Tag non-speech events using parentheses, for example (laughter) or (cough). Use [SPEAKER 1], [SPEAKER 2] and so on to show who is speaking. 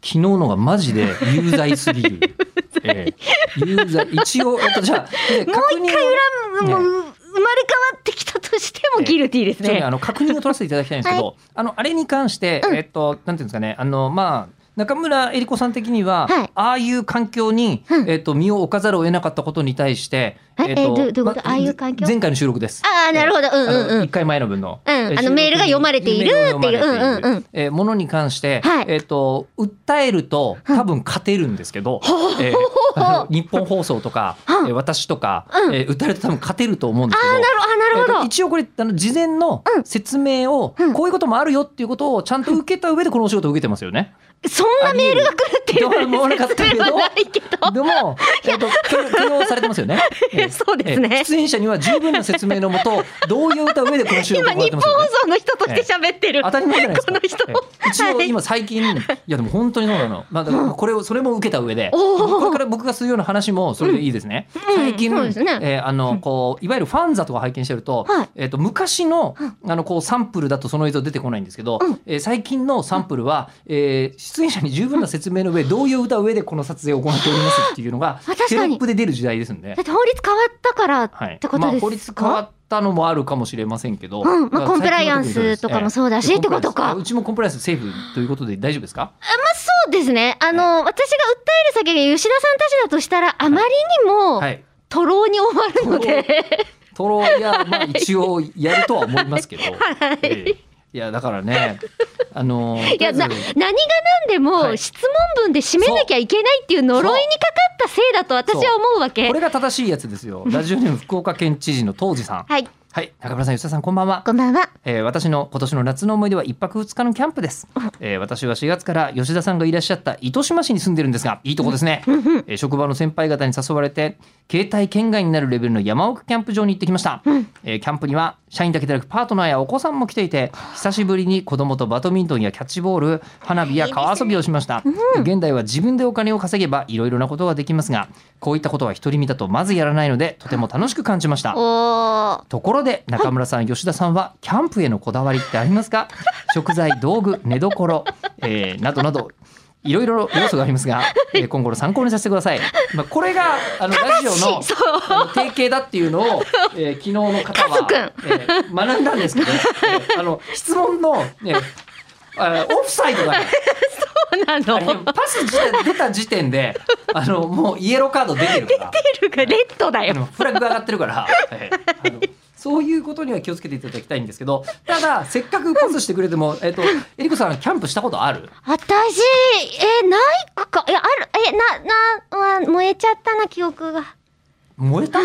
[SPEAKER 1] 昨日のがマジで有罪すぎ
[SPEAKER 2] (laughs)
[SPEAKER 1] る。ええ、有罪一応えっとじゃあで
[SPEAKER 2] もう
[SPEAKER 1] 確認を
[SPEAKER 2] 一回裏も、
[SPEAKER 1] ね
[SPEAKER 2] う生まれ変わってきたとしてもギルティーで
[SPEAKER 1] ち
[SPEAKER 2] す
[SPEAKER 1] ょっとね
[SPEAKER 2] ね。
[SPEAKER 1] あの確認を取らせていただきたいんですけど、あのあれに関して、
[SPEAKER 2] うん
[SPEAKER 1] えっとなんていうんですかね、あのまあ中村江里子さん的には、
[SPEAKER 2] はい
[SPEAKER 1] ああいう環境に、
[SPEAKER 2] うん
[SPEAKER 1] えっと身を置かざるを得なかったことに対して、
[SPEAKER 2] ええ
[SPEAKER 1] と
[SPEAKER 2] どうどういうこと
[SPEAKER 1] ま
[SPEAKER 2] ああいう環境
[SPEAKER 1] 前回の収録です。
[SPEAKER 2] ああなるほどうんうん
[SPEAKER 1] あ
[SPEAKER 2] う
[SPEAKER 1] の
[SPEAKER 2] ん
[SPEAKER 1] 一。回前の分の、
[SPEAKER 2] うん
[SPEAKER 1] え
[SPEAKER 2] あの
[SPEAKER 1] 収録に
[SPEAKER 2] メールが読まれているっていう
[SPEAKER 1] メールが読まれている
[SPEAKER 2] うんうんうん
[SPEAKER 1] えーものに関して、
[SPEAKER 2] はい
[SPEAKER 1] えっ、と訴えると多分勝てるんですけど、えーあの
[SPEAKER 2] (laughs)
[SPEAKER 1] 日本放送とか、
[SPEAKER 2] うん
[SPEAKER 1] えー私とか、
[SPEAKER 2] うん
[SPEAKER 1] えー訴えると多分勝てると思うんですけど、
[SPEAKER 2] なるほどあなる
[SPEAKER 1] え
[SPEAKER 2] ほ
[SPEAKER 1] っと
[SPEAKER 2] ど。
[SPEAKER 1] 一応これあの事前の
[SPEAKER 2] うん
[SPEAKER 1] 説明を、
[SPEAKER 2] うん
[SPEAKER 1] こういうこともあるよっていうことをちゃんと受けた上でこのお仕事を受けてますよね。
[SPEAKER 2] そんなメールが来るっていう
[SPEAKER 1] ありえる
[SPEAKER 2] のは説明は (laughs) ないけど。
[SPEAKER 1] でも、えっと、許許容されてますよ
[SPEAKER 2] (laughs)
[SPEAKER 1] ね。ええ
[SPEAKER 2] そうですね
[SPEAKER 1] ええ出演者には十分な説明のも
[SPEAKER 2] (laughs)
[SPEAKER 1] と、同意をた上でこの収録を
[SPEAKER 2] 今
[SPEAKER 1] 行っ
[SPEAKER 2] 日
[SPEAKER 1] てま
[SPEAKER 2] 本
[SPEAKER 1] すよね。
[SPEAKER 2] 放送の人として喋ってる。
[SPEAKER 1] 当たり前じゃないですか。
[SPEAKER 2] この人
[SPEAKER 1] ええ一応
[SPEAKER 2] はい
[SPEAKER 1] 今最
[SPEAKER 2] (laughs)
[SPEAKER 1] 近、い、やでも本当にそうなの。まあだからこれをそれも受けた上で、これから僕がするような話もそれでいいですね。
[SPEAKER 2] ん
[SPEAKER 1] 最近、
[SPEAKER 2] そうですね
[SPEAKER 1] えーあのこういわゆるファンザとか拝見してると、
[SPEAKER 2] はい
[SPEAKER 1] えっ、と昔のあのこうサンプルだとその映像出てこないんですけど、
[SPEAKER 2] うん
[SPEAKER 1] えー最近のサンプルは、えー出演者に十分な説明の上、同意を歌う上でこの撮影を行っておりますっていうのが
[SPEAKER 2] あ確かに
[SPEAKER 1] テロップで出る時代ですんで
[SPEAKER 2] だ。って法律変わったから
[SPEAKER 1] はい、
[SPEAKER 2] ってこと
[SPEAKER 1] ま
[SPEAKER 2] で
[SPEAKER 1] あ、法律
[SPEAKER 2] す
[SPEAKER 1] 変わ
[SPEAKER 2] か。
[SPEAKER 1] ったのもあるかもしれませんけど、
[SPEAKER 2] うんま
[SPEAKER 1] だ
[SPEAKER 2] あ
[SPEAKER 1] から
[SPEAKER 2] コンプライアンスとかもそうだし
[SPEAKER 1] ええ
[SPEAKER 2] ってことか
[SPEAKER 1] コンプライアンスうちもコンプライアンスセーフということで大丈夫ですか？
[SPEAKER 2] そうですね。あの私が訴える先が吉田さんたちだとしたらあまりにも
[SPEAKER 1] はい。
[SPEAKER 2] 徒労に終わるので、
[SPEAKER 1] トロいやまあ一応やるとは思いますけど、
[SPEAKER 2] (laughs) はい
[SPEAKER 1] ええいやだから
[SPEAKER 2] (laughs)
[SPEAKER 1] ね、あのー
[SPEAKER 2] いやな
[SPEAKER 1] とりあえず
[SPEAKER 2] 何が何で
[SPEAKER 1] は
[SPEAKER 2] も
[SPEAKER 1] い
[SPEAKER 2] 質問文で締めなきゃいけないっていう呪いにかかったせいだと私は思うわけ
[SPEAKER 1] こ。れが正しいやつですよ。ラジオネーム福岡県知事の当時さん。
[SPEAKER 2] はい、
[SPEAKER 1] はい、中村さん吉田さんこんばんは。
[SPEAKER 2] こんばんは。
[SPEAKER 1] えー私の今年の夏の思い出は一泊二日のキャンプです、 (laughs) えー私は4月から吉田さんがいらっしゃった糸島市に住んでるんです (laughs) がいいとこですね、えー職場の先輩方に誘われて携帯圏外になるレベルの山奥キャンプ場に行ってきました、えーキャンプには社員だけでなくパートナーやお子さんも来ていて久しぶりに子供とバドミントンやキャッチボール花火や川遊びをしました、現代は自分でお金を稼げばいろいろなことができますがこういったことは独り身だとまずやらないのでとても楽しく感じました
[SPEAKER 2] おー
[SPEAKER 1] ところで中村さん、吉田さんはキャンプへのこだわりってありますか (laughs) 食材道具寝所、えーなどなどいろいろ要素がありますが、えー今後の参考にさせてください、まあ、これがあのラジオの
[SPEAKER 2] しそう
[SPEAKER 1] あの定型だっていうのを、えー昨日の方は、
[SPEAKER 2] カ
[SPEAKER 1] えー学んだんですけど、えーあの質問の、ね、あオフサイドがね
[SPEAKER 2] そうな
[SPEAKER 1] あれ
[SPEAKER 2] (laughs) の。
[SPEAKER 1] パス自体出た時点であのもうイエローカード出てるから。
[SPEAKER 2] ルがレッドだ
[SPEAKER 1] あの
[SPEAKER 2] よ。
[SPEAKER 1] フラッグが上がって (laughs) るから、ええあのそういうことには気をつけていただきたいんですけどただせっかくパスしてくれても、えっとえりこさんキャンプしたことある
[SPEAKER 2] 私えないかいやあるえななは燃えちゃったな記憶が。
[SPEAKER 1] 燃えた